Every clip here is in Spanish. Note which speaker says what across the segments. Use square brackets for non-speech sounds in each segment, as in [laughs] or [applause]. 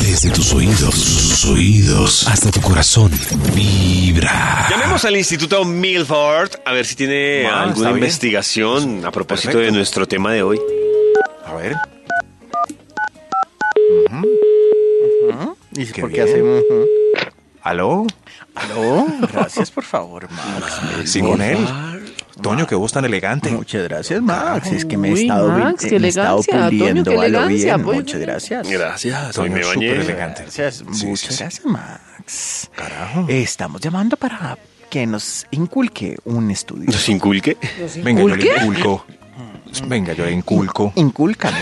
Speaker 1: Desde tus oídos, sus oídos, hasta tu corazón, vibra.
Speaker 2: Llamemos al Instituto Milford a ver si tiene
Speaker 3: Ah, está
Speaker 2: alguna
Speaker 3: bien.
Speaker 2: investigación a propósito de
Speaker 3: Perfecto.
Speaker 2: nuestro tema de hoy.
Speaker 3: A ver.
Speaker 4: ¿Y
Speaker 3: Qué
Speaker 4: por qué
Speaker 3: bien.
Speaker 4: hacemos?
Speaker 3: ¿Aló?
Speaker 4: Aló, Oh, gracias por [laughs] favor, Max.
Speaker 3: Sí, con él. Toño, que vos tan elegante.
Speaker 4: Muchas gracias, Max. Es que me he
Speaker 5: Uy,
Speaker 4: estado, vi-
Speaker 5: Max,
Speaker 4: eh,
Speaker 5: qué
Speaker 4: me he estado
Speaker 5: elegancia. Toño,
Speaker 4: puliendo
Speaker 5: qué
Speaker 4: a lo
Speaker 5: elegancia, pues.
Speaker 4: bien.
Speaker 5: voy.
Speaker 4: Muchas gracias.
Speaker 2: Gracias, hoy
Speaker 3: Toño,
Speaker 2: me bañé.
Speaker 3: Ah, súper elegante.
Speaker 4: Gracias,
Speaker 3: Sí,
Speaker 4: muchas
Speaker 3: sí, sí.
Speaker 4: gracias, Max.
Speaker 3: Carajo.
Speaker 4: Estamos llamando para que nos inculque un estudio.
Speaker 2: ¿Nos inculque?
Speaker 3: Venga, yo
Speaker 5: ¿Pulque?
Speaker 3: le inculco. Venga, yo le inculco.
Speaker 4: Incúlcame.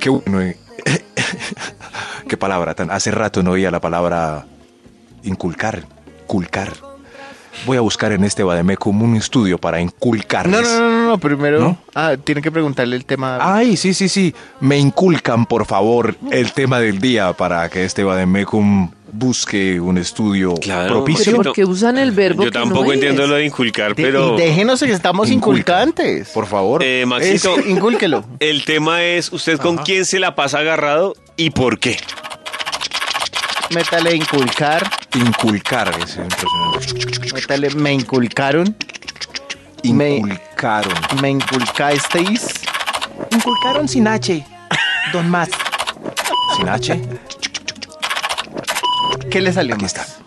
Speaker 3: Qué bueno. eh. [laughs] Qué palabra tan. Hace rato no oía la palabra inculcar, culcar. Voy a buscar en este Bademecum un estudio para inculcarles.
Speaker 4: [laughs] No, no, no, no, Ah, no, primero.
Speaker 3: ¿No?
Speaker 4: Ah, tiene que preguntarle el tema.
Speaker 3: Ay, sí, sí, sí. Me inculcan, por favor, el tema del día para que este Bademecum busque un estudio
Speaker 2: Claro,
Speaker 3: propicio.
Speaker 2: Yo-
Speaker 5: Pero ¿por qué usan el verbo?
Speaker 2: Yo
Speaker 5: que
Speaker 2: tampoco
Speaker 5: no
Speaker 2: entiendo
Speaker 5: es?
Speaker 2: lo de inculcar,
Speaker 4: De-
Speaker 2: pero
Speaker 4: y déjenos que estamos
Speaker 3: Inculca.
Speaker 4: inculcantes.
Speaker 3: Por favor.
Speaker 2: eh, Maxito,
Speaker 4: Es- incúlquelo.
Speaker 2: el tema es usted con quién se la pasa agarrado y por qué.
Speaker 4: Métale inculcar.
Speaker 3: Inculcar. es impresionante.
Speaker 4: Métale, me inculcaron. Me-
Speaker 3: Inculcaron.
Speaker 4: Me inculcasteis.
Speaker 6: Inculcaron sin H. Don Max.
Speaker 3: Sin H.
Speaker 4: ¿Qué le salió?
Speaker 3: Aquí
Speaker 4: Max?
Speaker 3: está.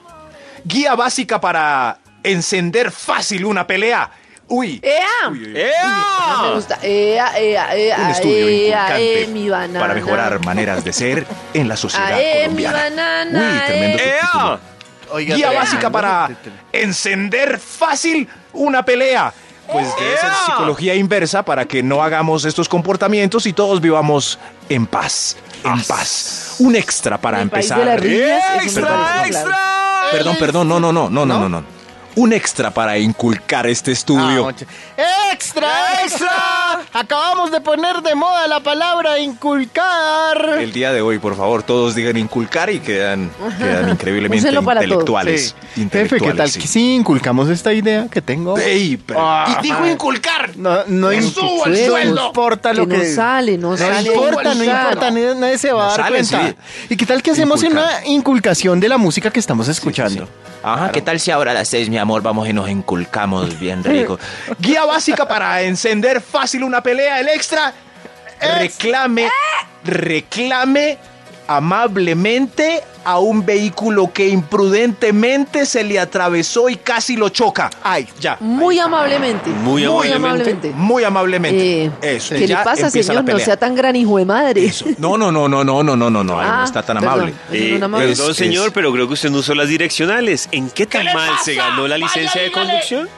Speaker 3: Guía básica para encender fácil una pelea. Uy.
Speaker 5: ¡Ea!
Speaker 3: Uy, uy, uy.
Speaker 2: ¡Ea!
Speaker 5: Me gusta. ¡Ea, ea,
Speaker 3: Un
Speaker 5: ea,
Speaker 3: estudio
Speaker 5: ea,
Speaker 3: inculcante
Speaker 5: eh, eh, mi banana!
Speaker 3: para mejorar maneras de ser en la sociedad
Speaker 5: Ae, mi
Speaker 3: colombiana.
Speaker 5: banana, eh.
Speaker 3: Uy, tremendo
Speaker 5: ae.
Speaker 3: subtítulo.
Speaker 2: ¡Ea!
Speaker 4: Oiga,
Speaker 3: Guía
Speaker 4: te-
Speaker 3: básica
Speaker 4: Ah, no,
Speaker 3: para
Speaker 4: te- te-
Speaker 3: encender fácil una pelea. Pues de esa
Speaker 2: ¡Ea!
Speaker 3: psicología inversa para que no hagamos estos comportamientos y todos vivamos en paz. En paz. Un extra para
Speaker 5: En el país
Speaker 3: empezar.
Speaker 5: de las riñas, eso me
Speaker 2: ¡Extra,
Speaker 5: parece claro.
Speaker 2: extra!
Speaker 3: Perdón, perdón, no, no, no, no, no, no, no. Un extra para inculcar este
Speaker 4: Ah,
Speaker 3: estudio.
Speaker 4: mucho- ¡Extra, extra! Acabamos de poner de moda la palabra inculcar.
Speaker 3: El día de hoy, por favor, todos digan inculcar y quedan,
Speaker 5: [laughs]
Speaker 3: quedan increíblemente
Speaker 5: Úsenlo para todo.
Speaker 3: intelectuales.
Speaker 4: Jefe, ¿qué tal?
Speaker 3: Intelectuales,
Speaker 4: que
Speaker 3: sí.
Speaker 4: Sí, inculcamos esta idea que tengo.
Speaker 3: Ey, pero-
Speaker 4: Ah.
Speaker 3: y dijo inculcar.
Speaker 4: No, no
Speaker 3: Que
Speaker 4: im-
Speaker 3: suba el
Speaker 4: no
Speaker 3: sueldo.
Speaker 4: importa lo
Speaker 5: Que
Speaker 4: que...
Speaker 5: no sale, no
Speaker 4: No
Speaker 5: sale.
Speaker 4: importa, no
Speaker 5: inculcar.
Speaker 4: importa, nadie, nadie se va a
Speaker 3: No
Speaker 4: dar
Speaker 3: sale,
Speaker 4: cuenta.
Speaker 3: sí.
Speaker 4: ¿Y qué tal que hacemos
Speaker 3: Inculcar.
Speaker 4: una inculcación de la música que estamos escuchando?
Speaker 6: Ajá, ¿qué tal si ahora a las seis, mi amor, vamos y nos inculcamos bien rico?
Speaker 3: Guía básica para encender fácil una pelea. El extra reclame, reclame amablemente a un vehículo que imprudentemente se le atravesó y casi lo choca. Ay, ya.
Speaker 5: Muy amablemente.
Speaker 2: Muy amablemente.
Speaker 3: Muy amablemente.
Speaker 5: Eh,
Speaker 3: Eso.
Speaker 5: ¿Qué le
Speaker 3: ya
Speaker 5: pasa,
Speaker 3: empieza la
Speaker 5: señor? No
Speaker 3: pelea.
Speaker 5: sea tan gran hijo de madre.
Speaker 3: Eso. No, no, no, no, no, no, no, no, no. ahí no
Speaker 5: Ah,
Speaker 3: está tan
Speaker 5: perdón.
Speaker 3: amable.
Speaker 5: Eso no es
Speaker 2: Eh,
Speaker 5: amable.
Speaker 2: perdón,
Speaker 3: Es-
Speaker 2: señor,
Speaker 3: es-
Speaker 2: pero creo que usted no usó las direccionales. ¿En qué tan
Speaker 7: le
Speaker 2: mal se
Speaker 7: pasa?
Speaker 2: ganó la
Speaker 7: Vaya,
Speaker 2: licencia de
Speaker 7: dígale.
Speaker 2: conducción?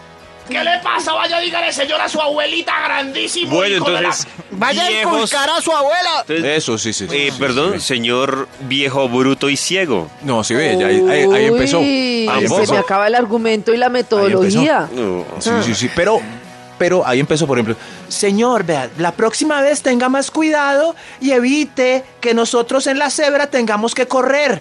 Speaker 7: ¿Qué le pasa? Vaya, dígale, señora, a su abuelita grandísima.
Speaker 2: Bueno, entonces. viejos-
Speaker 4: a su abuela!
Speaker 2: entonces,
Speaker 3: Eso, sí, sí. sí,
Speaker 2: eh,
Speaker 3: sí,
Speaker 2: perdón,
Speaker 3: sí.
Speaker 2: señor viejo, bruto y ciego.
Speaker 3: No, sí, ve, ya ahí, ahí- ahí empezó.
Speaker 5: Uy, se
Speaker 3: Ahí empezó.
Speaker 5: me acaba el argumento y la metodología.
Speaker 2: No.
Speaker 3: Sí, sí, sí. Pero, pero ahí empezó, por ejemplo.
Speaker 6: Señor, vea, la próxima vez tenga más cuidado y evite que nosotros en la cebra tengamos que correr.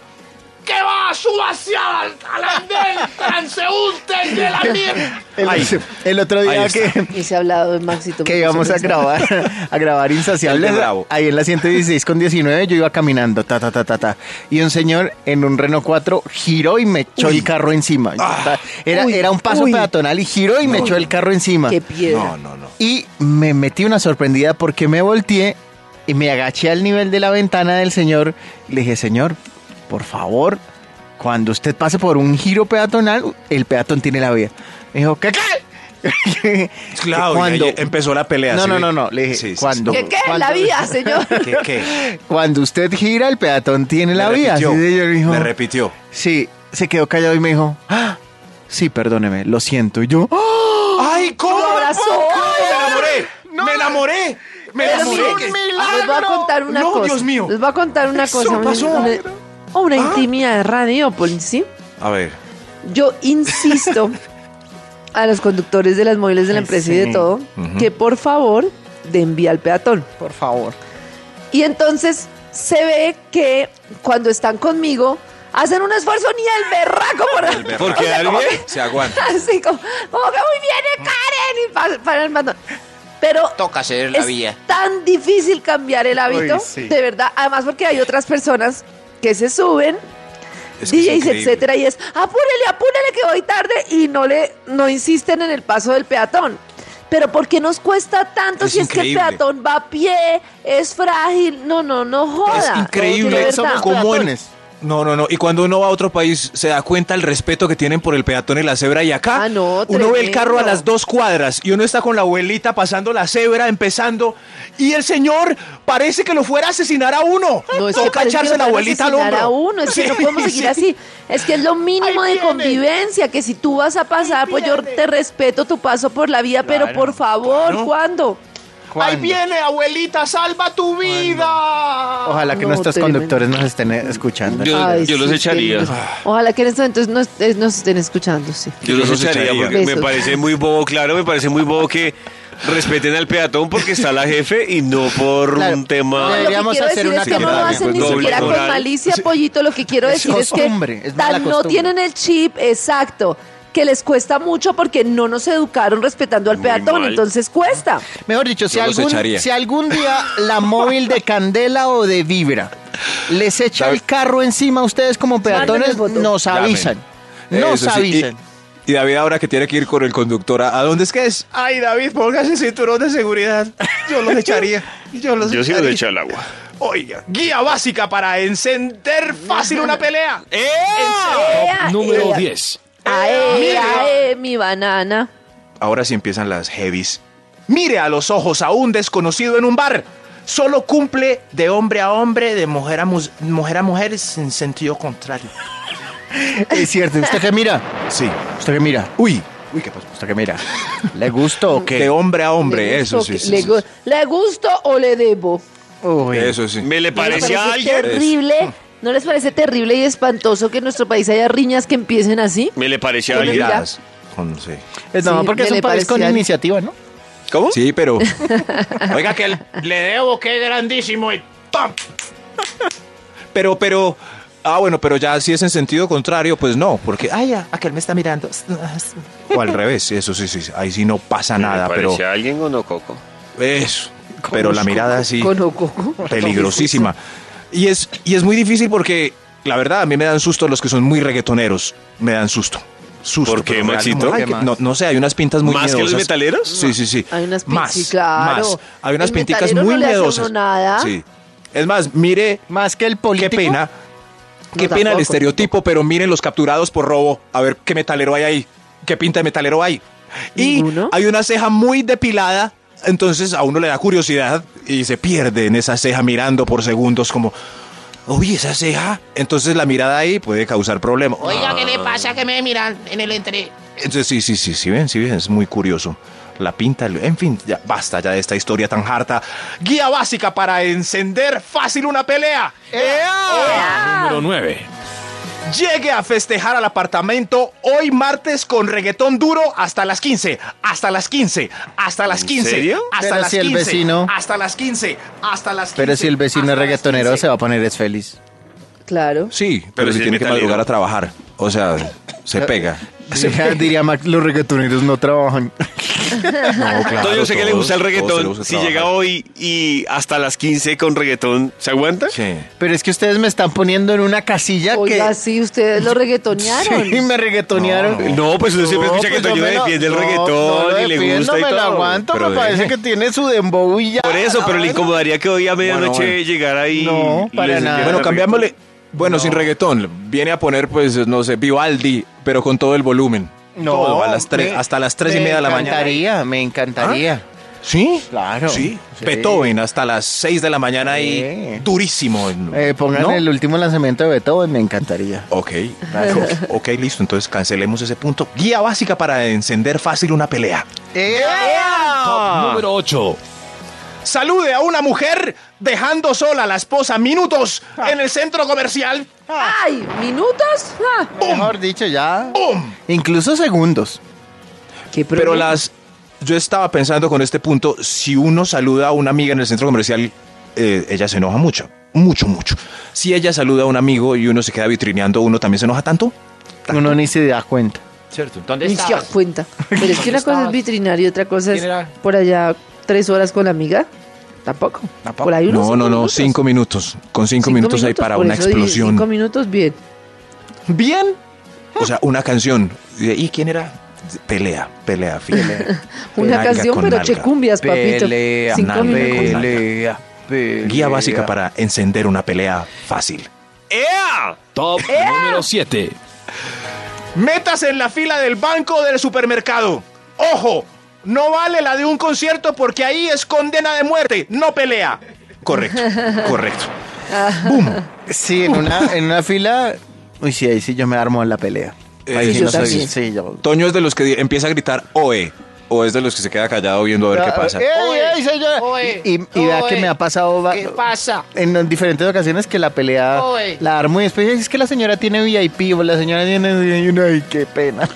Speaker 7: ¿Qué va? Súbase al, al andén, transeúntes de la mierda.
Speaker 4: El,
Speaker 3: Ahí.
Speaker 4: el otro día
Speaker 3: Ahí está.
Speaker 4: que,
Speaker 5: Y se ha hablado de Maxito.
Speaker 4: que íbamos a
Speaker 5: Eso no
Speaker 4: grabar,
Speaker 5: [laughs]
Speaker 4: a grabar Insaciables.
Speaker 3: El de Bravo.
Speaker 4: Ahí en la 116 con 19 yo iba caminando, ta, ta, ta, ta, ta. Y un señor en un Renault 4 giró y me echó el carro encima.
Speaker 3: Ah.
Speaker 4: Era,
Speaker 5: Uy.
Speaker 4: era un paso
Speaker 5: Uy.
Speaker 4: peatonal y giró y me echó el carro encima.
Speaker 5: Qué piedra.
Speaker 3: No, no, no.
Speaker 4: Y me metí una sorprendida porque me volteé y me agaché al nivel de la ventana del señor. Le dije, señor, por favor, cuando usted pase por un giro peatonal, el peatón tiene la vía. Me dijo, ¿qué qué? [laughs]
Speaker 3: Claro,
Speaker 4: Cuando-
Speaker 3: y ahí empezó la pelea.
Speaker 4: No,
Speaker 3: sí,
Speaker 4: no,
Speaker 3: ve.
Speaker 4: no, no. Le dije,
Speaker 3: Sí, sí, sí.
Speaker 4: cuando,
Speaker 5: ¿Qué, qué?
Speaker 4: cuando-
Speaker 5: La vida,
Speaker 4: [laughs]
Speaker 5: señor.
Speaker 3: ¿Qué, qué?
Speaker 4: Cuando usted gira, el peatón tiene la
Speaker 3: Me
Speaker 4: vía.
Speaker 3: repitió,
Speaker 4: Así de yo le dijo,
Speaker 3: Me repitió.
Speaker 4: sí, se quedó callado y me dijo, "Ah, sí, perdóneme, lo siento. Y yo, "Ah,
Speaker 3: ¡Ay, cómo!
Speaker 5: Lo abrazó.
Speaker 3: ¡Me enamoré! ¡Me enamoré! ¡Me
Speaker 5: Pero
Speaker 3: enamoré!
Speaker 5: miren, Les voy a contar una
Speaker 3: No,
Speaker 5: cosa.
Speaker 3: Dios mío.
Speaker 5: Les voy a contar una
Speaker 3: Eso
Speaker 5: cosa. una-
Speaker 3: pasó. Ah.
Speaker 5: Una, una intimidad de Radiopolis, ¿sí?
Speaker 3: A ver.
Speaker 5: Yo insisto a los conductores de las móviles de la empresa y de todo que por favor den vía al peatón.
Speaker 4: por favor.
Speaker 5: Y entonces se ve que cuando están conmigo hacen un esfuerzo ni el berraco por,
Speaker 2: ¿Por
Speaker 5: [laughs]
Speaker 2: quedar
Speaker 5: como
Speaker 2: bien?
Speaker 5: que- [laughs]
Speaker 3: Se aguanta.
Speaker 5: Así como, como que muy bien, eh, Karen, y pa- para el mandón. Pero
Speaker 6: Toca hacer la
Speaker 5: es
Speaker 6: vía.
Speaker 5: tan difícil cambiar el hábito,
Speaker 4: Uy, sí.
Speaker 5: de verdad. Además, porque hay otras personas que se suben,
Speaker 3: Es que es
Speaker 5: DJs,
Speaker 3: increíble.
Speaker 5: etcétera, y es apúrele, apúrele que voy tarde y no le no insisten en el paso del peatón. Pero ¿por qué nos cuesta tanto
Speaker 3: Es
Speaker 5: si es
Speaker 3: increíble.
Speaker 5: que el peatón va a pie, es frágil? No, no, no joda.
Speaker 3: Es
Speaker 5: de
Speaker 3: increíble
Speaker 5: verdad.
Speaker 3: somos
Speaker 4: Como en-
Speaker 3: peatones. No, no, no. Y cuando uno va a otro país, se da cuenta el respeto que tienen por el peatón y la cebra. Y acá,
Speaker 5: Ah, no,
Speaker 3: uno ve el carro a
Speaker 5: tremendo.
Speaker 3: las dos cuadras y uno está con la abuelita pasando la cebra, empezando. Y el señor parece que lo fuera a asesinar a uno.
Speaker 5: No, es que
Speaker 3: Toca
Speaker 5: parece que
Speaker 3: echarse
Speaker 5: nos
Speaker 3: la
Speaker 5: van a
Speaker 3: abuelita al
Speaker 5: asesinar
Speaker 3: hombro.
Speaker 5: a uno, es que no podemos seguir así. Es que es lo mínimo
Speaker 8: Ahí
Speaker 5: de
Speaker 8: viene.
Speaker 5: convivencia, que si tú vas a pasar, pues yo te respeto tu paso por la vida, pero por favor, ¿cuándo?
Speaker 8: Ahí
Speaker 4: ¿Cuándo?
Speaker 8: viene, abuelita, salva tu vida.
Speaker 4: Ojalá que
Speaker 5: No,
Speaker 4: nuestros
Speaker 5: tremendo.
Speaker 4: conductores nos estén escuchando.
Speaker 2: Yo- los
Speaker 5: sí,
Speaker 2: echaría.
Speaker 5: tremendo. Ojalá que en este momento nos, eh, nos estén escuchando, sí.
Speaker 2: Yo los echaría porque me
Speaker 5: Besos.
Speaker 2: parece muy bobo, claro, me parece muy bobo que respeten al peatón porque está la jefe y no por
Speaker 4: Claro.
Speaker 2: un tema.
Speaker 5: No,
Speaker 4: Deberíamos
Speaker 5: lo que
Speaker 4: hacer
Speaker 5: quiero
Speaker 4: una
Speaker 5: decir es que no lo
Speaker 4: campaña,
Speaker 5: hacen ni
Speaker 2: pues, doble
Speaker 5: siquiera con
Speaker 2: moral.
Speaker 5: malicia, pollito. Lo que quiero
Speaker 4: Es
Speaker 5: decir es,
Speaker 4: costumbre,
Speaker 5: que
Speaker 4: es mala
Speaker 5: tan no
Speaker 4: costumbre.
Speaker 5: tienen el chip exacto, que les cuesta mucho porque no nos educaron respetando al
Speaker 2: Muy
Speaker 5: peatón,
Speaker 2: mal.
Speaker 5: entonces cuesta.
Speaker 4: Mejor dicho, si
Speaker 3: Yo los
Speaker 4: algún,
Speaker 3: echaría.
Speaker 4: si algún día la móvil de Candela o de Vibra les echa el carro encima a ustedes como peatones,
Speaker 5: Mándenles voto.
Speaker 4: nos avisan.
Speaker 3: Llamen.
Speaker 4: Nos
Speaker 3: Eso sí, y-
Speaker 4: avisan.
Speaker 3: Y David ahora que tiene que ir con el conductor, ¿a a dónde es que es? Ay, David, póngase el cinturón de seguridad. Yo los echaría. Yo los
Speaker 2: Yo sí lo echo al agua.
Speaker 6: Oiga, guía básica para encender fácil una
Speaker 3: [laughs]
Speaker 6: pelea.
Speaker 3: Eh.
Speaker 5: Ea,
Speaker 1: Número
Speaker 5: ea.
Speaker 1: 10.
Speaker 5: Ae, ae, mi banana.
Speaker 6: Ahora sí empiezan las heavies. Mire a los ojos a un desconocido en un bar. Solo cumple de hombre a hombre, de mujer a, mus- mujer, a mujer, en sentido contrario.
Speaker 4: Es cierto, usted que mira,
Speaker 6: Sí.
Speaker 4: usted que mira,
Speaker 6: Uy. Uy, ¿qué pasó?
Speaker 4: usted
Speaker 2: [laughs]
Speaker 4: que mira. ¿Le gustó o
Speaker 3: De
Speaker 4: qué?
Speaker 3: hombre a hombre,
Speaker 5: Le
Speaker 3: eso
Speaker 5: gusto que-
Speaker 3: sí. sí,
Speaker 5: le,
Speaker 3: sí.
Speaker 5: gu- ¿le gusto o le debo?
Speaker 4: Uy.
Speaker 2: Eh,
Speaker 3: Eso sí.
Speaker 2: ¿Me le
Speaker 5: ¿No les
Speaker 2: parece a alguien?
Speaker 3: Pues,
Speaker 5: terrible? ¿No les parece terrible y espantoso que en nuestro país haya riñas que empiecen así?
Speaker 2: ¿Me le parece a
Speaker 5: Con el
Speaker 2: alguien?
Speaker 5: mira.
Speaker 3: Miradas. Con- sí.
Speaker 4: Es no,
Speaker 5: Sí,
Speaker 4: porque
Speaker 5: me
Speaker 4: es un
Speaker 5: le
Speaker 4: país con
Speaker 5: parecía-
Speaker 4: iniciativa, ¿no?
Speaker 2: ¿Cómo?
Speaker 3: Sí,
Speaker 5: [laughs]
Speaker 3: pero
Speaker 6: Oiga, que el- le debo, que grandísimo. Y ¡pam!
Speaker 3: pero pero ah, bueno, pero ya si es en sentido contrario, pues no, porque
Speaker 6: Ay, ya, aquel me está mirando.
Speaker 3: o al revés, eso sí, sí, ahí sí no pasa nada,
Speaker 2: ¿Me
Speaker 3: pero
Speaker 2: parece a alguien o no, Coco?
Speaker 3: eso, pero la mirada sí
Speaker 5: Con Ococo.
Speaker 3: peligrosísima. Y es y es muy difícil porque la verdad a mí me dan susto los que son muy reggaetoneros, me dan susto. Susto.
Speaker 2: ¿Por qué,
Speaker 3: pero real,
Speaker 2: Maxito?
Speaker 3: como, ay,
Speaker 2: ¿Qué
Speaker 3: que-
Speaker 2: más?
Speaker 3: No, no sé, hay unas pintas muy
Speaker 2: ¿Más que los
Speaker 3: miedosas.
Speaker 2: metaleros?
Speaker 3: Sí, sí, sí.
Speaker 5: Hay unas pintas,
Speaker 3: más,
Speaker 5: sí, claro.
Speaker 3: más. Hay unas
Speaker 5: El
Speaker 3: pinticas
Speaker 5: metalero
Speaker 3: muy
Speaker 5: no le hace a uno
Speaker 3: miedosas.
Speaker 5: nada.
Speaker 3: Sí. Es más, mire,
Speaker 4: Más que el político.
Speaker 3: qué pena. Qué
Speaker 5: No,
Speaker 3: pena el
Speaker 5: tampoco,
Speaker 3: estereotipo, pero miren los capturados por robo. A ver qué metalero hay ahí. ¿Qué pinta de metalero hay? Y
Speaker 5: Ninguno.
Speaker 3: hay una ceja muy depilada. Entonces a uno le da curiosidad y se pierde en esa ceja mirando por segundos como, uy, esa ceja. Entonces la mirada ahí puede causar problemas.
Speaker 8: Oiga, ¿qué le pasa que me miran en el entre?
Speaker 3: Entonces, sí, sí, sí, sí, ven, sí, ven, es muy curioso. La pinta, el- en fin, ya basta ya de esta historia tan harta.
Speaker 6: Guía básica para encender fácil una pelea.
Speaker 1: Número 9.
Speaker 6: Llegue a festejar al apartamento hoy martes con reggaetón duro hasta las 15, hasta las 15, hasta las 15,
Speaker 2: serio?
Speaker 6: hasta
Speaker 4: Pero
Speaker 6: las
Speaker 4: si el
Speaker 6: 15,
Speaker 4: vecino-
Speaker 6: hasta las 15, hasta las 15.
Speaker 4: Pero si el vecino
Speaker 6: hasta
Speaker 4: es
Speaker 6: las
Speaker 4: reggaetonero,
Speaker 6: 15.
Speaker 4: se va a poner
Speaker 2: [laughs]
Speaker 4: es feliz.
Speaker 5: Claro.
Speaker 3: Sí, pero,
Speaker 2: Pero
Speaker 3: si
Speaker 2: si es
Speaker 3: tiene que
Speaker 2: metalero.
Speaker 3: madrugar a trabajar. O sea, se pega.
Speaker 4: Diría- Diría Max, los reggaetoneros no trabajan.
Speaker 3: No, claro,
Speaker 2: No, yo sé que le
Speaker 3: todos-
Speaker 2: gusta el
Speaker 3: todos
Speaker 2: reggaetón.
Speaker 3: tenemos que
Speaker 2: Si llega
Speaker 3: trabajar.
Speaker 2: hoy y hasta las 15 con reggaetón, ¿se aguanta?
Speaker 3: Sí.
Speaker 4: Pero es que ustedes me están poniendo en una casilla [laughs]
Speaker 5: Oiga,
Speaker 4: que...
Speaker 5: sí, ustedes lo reggaetonearon.
Speaker 4: Sí, me reggaetonearon.
Speaker 2: No, pues usted siempre escucha
Speaker 4: pues
Speaker 2: que Toño
Speaker 4: me lo-
Speaker 2: defiende el
Speaker 4: no,
Speaker 2: reggaetón
Speaker 4: no lo
Speaker 2: y le
Speaker 4: defiendo,
Speaker 2: gusta y
Speaker 4: me
Speaker 2: todo. eh.
Speaker 4: lo aguanto,
Speaker 3: Pero
Speaker 4: me
Speaker 3: deje.
Speaker 4: parece que tiene su dembow y ya.
Speaker 2: Por eso, pero le incomodaría que hoy a medianoche
Speaker 3: bueno.
Speaker 2: llegara ahí.
Speaker 4: No,
Speaker 2: les
Speaker 4: para nada.
Speaker 2: enviara
Speaker 3: Bueno,
Speaker 2: reggaetón.
Speaker 3: cambiámosle. Bueno, sin reggaetón. Viene a poner, pues, no sé, Vivaldi, pero con todo el volumen. Todo, a las tres-
Speaker 4: me-
Speaker 3: hasta las 3 y
Speaker 4: me
Speaker 3: media de la mañana.
Speaker 4: encantaría, Me encantaría,
Speaker 3: ¿Sí?
Speaker 4: Claro.
Speaker 3: Sí.
Speaker 4: Sí.
Speaker 3: Beethoven hasta las 6 de la mañana ahí.
Speaker 4: Sí.
Speaker 3: Durísimo.
Speaker 4: Eh, pongan
Speaker 3: ¿No?
Speaker 4: el último lanzamiento de Beethoven, me encantaría.
Speaker 3: Ok,
Speaker 4: [laughs]
Speaker 3: ok, ok, listo. Entonces cancelemos ese punto. Guía básica para encender fácil una pelea.
Speaker 1: Número 8.
Speaker 6: Ah. Salude a una mujer dejando sola a la esposa minutos
Speaker 4: Ah.
Speaker 6: en el centro comercial.
Speaker 5: ¡Ay! ¿Minutos? Ah,
Speaker 4: Mejor dicho, ya.
Speaker 6: ¡Pum!
Speaker 4: Incluso segundos.
Speaker 5: ¡Qué
Speaker 3: Pero
Speaker 5: problema.
Speaker 3: las. Yo estaba pensando con este punto: si uno saluda a una amiga en el centro comercial, eh, ella se enoja mucho. Mucho, mucho. Si ella saluda a un amigo y uno se queda vitrineando, ¿uno también se enoja tanto?
Speaker 4: Uno ni se da cuenta.
Speaker 5: Ni se da cuenta. Pero es que una cosa es vitrinario y otra cosa es por allá tres horas con la amiga. Tampoco. Por ahí unos
Speaker 3: No,
Speaker 5: cinco
Speaker 3: no, no,
Speaker 5: minutos.
Speaker 3: cinco minutos. Con cinco, minutos, hay para
Speaker 5: por
Speaker 3: una
Speaker 5: eso dije,
Speaker 3: explosión.
Speaker 5: Cinco ¿Eh? minutos, bien.
Speaker 3: Bien. O sea, una canción. ¿Y quién era? Pelea, pelea, fin.
Speaker 5: [laughs] Una
Speaker 3: Nalga
Speaker 5: canción,
Speaker 3: con
Speaker 5: pero
Speaker 3: nalga.
Speaker 5: checumbias, papito.
Speaker 4: Pelea,
Speaker 5: cinco
Speaker 3: nalga con
Speaker 5: minutos.
Speaker 3: nalga. Guía básica para encender una pelea fácil.
Speaker 2: ¡Ea!
Speaker 1: Top número 7.
Speaker 6: Metas en la fila del banco o del supermercado. Ojo, no vale la de un concierto porque ahí es condena de muerte, no pelea.
Speaker 3: [laughs] Correcto, correcto.
Speaker 4: Sí, en una, en una fila. Uy, sí, ahí sí yo me armo en la pelea. Ahí
Speaker 3: Eh,
Speaker 4: sí
Speaker 5: yo
Speaker 4: no soy-
Speaker 5: también.
Speaker 4: Sí, yo.
Speaker 3: Toño es de los que di- empieza a gritar OE. O es de los que se queda callado viendo a
Speaker 6: Ah,
Speaker 3: ver qué pasa.
Speaker 4: ¡Ey,
Speaker 6: eh.
Speaker 4: ey, señor!
Speaker 8: Oe,
Speaker 4: y y vea
Speaker 8: oe,
Speaker 4: que me ha pasado va-
Speaker 8: ¿Qué pasa?
Speaker 4: en diferentes ocasiones que la pelea
Speaker 8: Oe.
Speaker 4: la armo y después es que la señora tiene VIP o la señora tiene. y uno, ¡Ay, qué pena!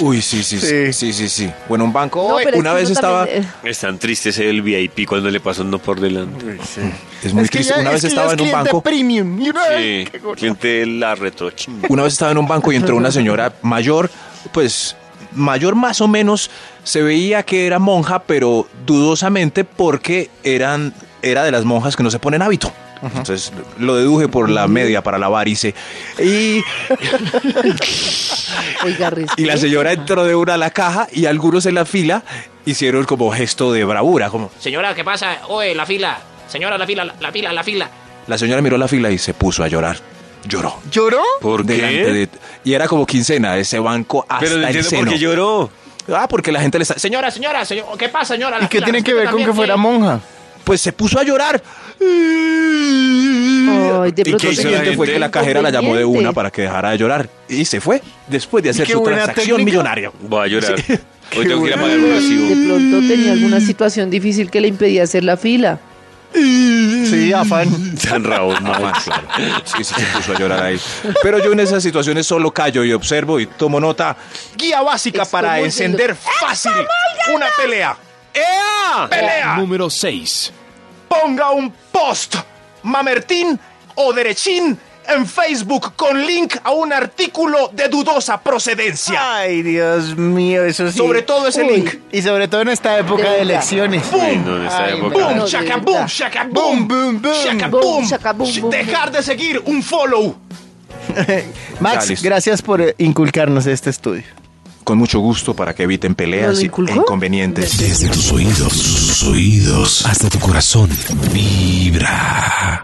Speaker 3: Uy, sí, sí, sí, sí, sí, sí. Bueno, un banco
Speaker 5: No,
Speaker 3: OE.
Speaker 5: pero es
Speaker 3: Una
Speaker 5: que
Speaker 3: vez
Speaker 5: uno
Speaker 3: estaba...
Speaker 5: también, eh,
Speaker 2: Es tan triste ese del VIP cuando le pasó no por delante.
Speaker 3: Es muy
Speaker 4: que
Speaker 3: triste.
Speaker 4: ya-
Speaker 3: Una
Speaker 4: es
Speaker 3: vez
Speaker 4: que ya
Speaker 3: estaba
Speaker 4: es
Speaker 3: en un
Speaker 4: cliente
Speaker 3: banco...
Speaker 4: premium. y uno, ¡ay,
Speaker 2: Sí,
Speaker 4: qué gordo!
Speaker 2: cliente la retoche.
Speaker 3: Una vez estaba en un banco y entró una señora mayor, pues mayor más o menos, se veía que era monja, pero dudosamente porque eran, era de las monjas que no se ponen hábito. Entonces lo deduje por la media para la varice. Y,
Speaker 5: eh, Oiga,
Speaker 3: y la
Speaker 5: respete.
Speaker 3: señora entró de una a la caja y algunos en la fila hicieron como gesto de bravura. Como,
Speaker 8: Señora, ¿qué pasa? Oye, la fila. Señora, la fila, la, la fila, la fila.
Speaker 3: la señora miró la fila y se puso a llorar. Lloró.
Speaker 4: ¿Lloró?
Speaker 2: ¿Por
Speaker 3: Delante
Speaker 2: qué?
Speaker 3: de- y era como quincena, ese banco hasta
Speaker 2: Pero no
Speaker 3: el
Speaker 2: entiendo por
Speaker 3: seno.
Speaker 2: qué lloró.
Speaker 3: Ah, porque la gente le está... Señora,
Speaker 8: Señora, señora, señor, ¿qué pasa, señora?
Speaker 4: ¿Y
Speaker 8: La
Speaker 4: qué
Speaker 8: fila,
Speaker 4: tiene que
Speaker 8: respete
Speaker 4: ver con
Speaker 8: también,
Speaker 4: que fuera
Speaker 8: ¿qué?
Speaker 4: monja?
Speaker 3: pues se puso a llorar.
Speaker 5: Ay, de
Speaker 3: y
Speaker 5: pronto
Speaker 3: que
Speaker 2: hizo la
Speaker 3: siguiente fue
Speaker 2: gente?
Speaker 3: que la cajera la llamó de una para que dejara de llorar. Y se fue, después de hacer
Speaker 4: qué
Speaker 3: su
Speaker 4: buena
Speaker 3: transacción
Speaker 4: técnica.
Speaker 3: millonaria.
Speaker 2: Voy a llorar.
Speaker 3: [laughs]
Speaker 2: Hoy
Speaker 3: Qué
Speaker 2: tengo que ir a
Speaker 3: bueno.
Speaker 2: pagar un
Speaker 5: De
Speaker 2: recibo.
Speaker 5: pronto tenía alguna situación difícil que le impedía hacer la fila.
Speaker 4: Sí, afán.
Speaker 2: Tan rabón, mamá.
Speaker 3: Ah, Sí, sí, se puso a llorar ahí. [laughs] Pero yo en esas situaciones solo callo y observo y tomo nota.
Speaker 6: Guía básica para
Speaker 5: Excomulgando.
Speaker 6: encender fácil una pelea.
Speaker 2: ¡Ea!
Speaker 3: Eh,
Speaker 6: Pelea,
Speaker 1: Número 6.
Speaker 6: ponga un post, mamertín o derechín en Facebook con link a un artículo de dudosa procedencia.
Speaker 4: Ay, Dios mío, eso sí.
Speaker 6: Sobre todo ese
Speaker 5: Uy.
Speaker 6: link.
Speaker 4: Y sobre todo en esta época de,
Speaker 5: De verdad.
Speaker 4: elecciones.
Speaker 2: Ay, no, en esta
Speaker 5: Ay,
Speaker 2: época.
Speaker 5: no.
Speaker 6: Boom, shaka, boom, shaka, boom,
Speaker 4: Boom, boom, boom.
Speaker 6: shaka,
Speaker 5: Boom,
Speaker 6: boom.
Speaker 5: shaka, boom, boom,
Speaker 6: Dejar de seguir un follow.
Speaker 4: Max,
Speaker 3: Ya, listo.
Speaker 4: gracias por eh, inculcarnos este estudio.
Speaker 3: Con mucho gusto para que eviten
Speaker 5: ¿Lo
Speaker 3: peleas y-
Speaker 5: inculcó?
Speaker 3: e inconvenientes.
Speaker 1: Desde tus oídos, tus oídos, hasta tu corazón, vibra.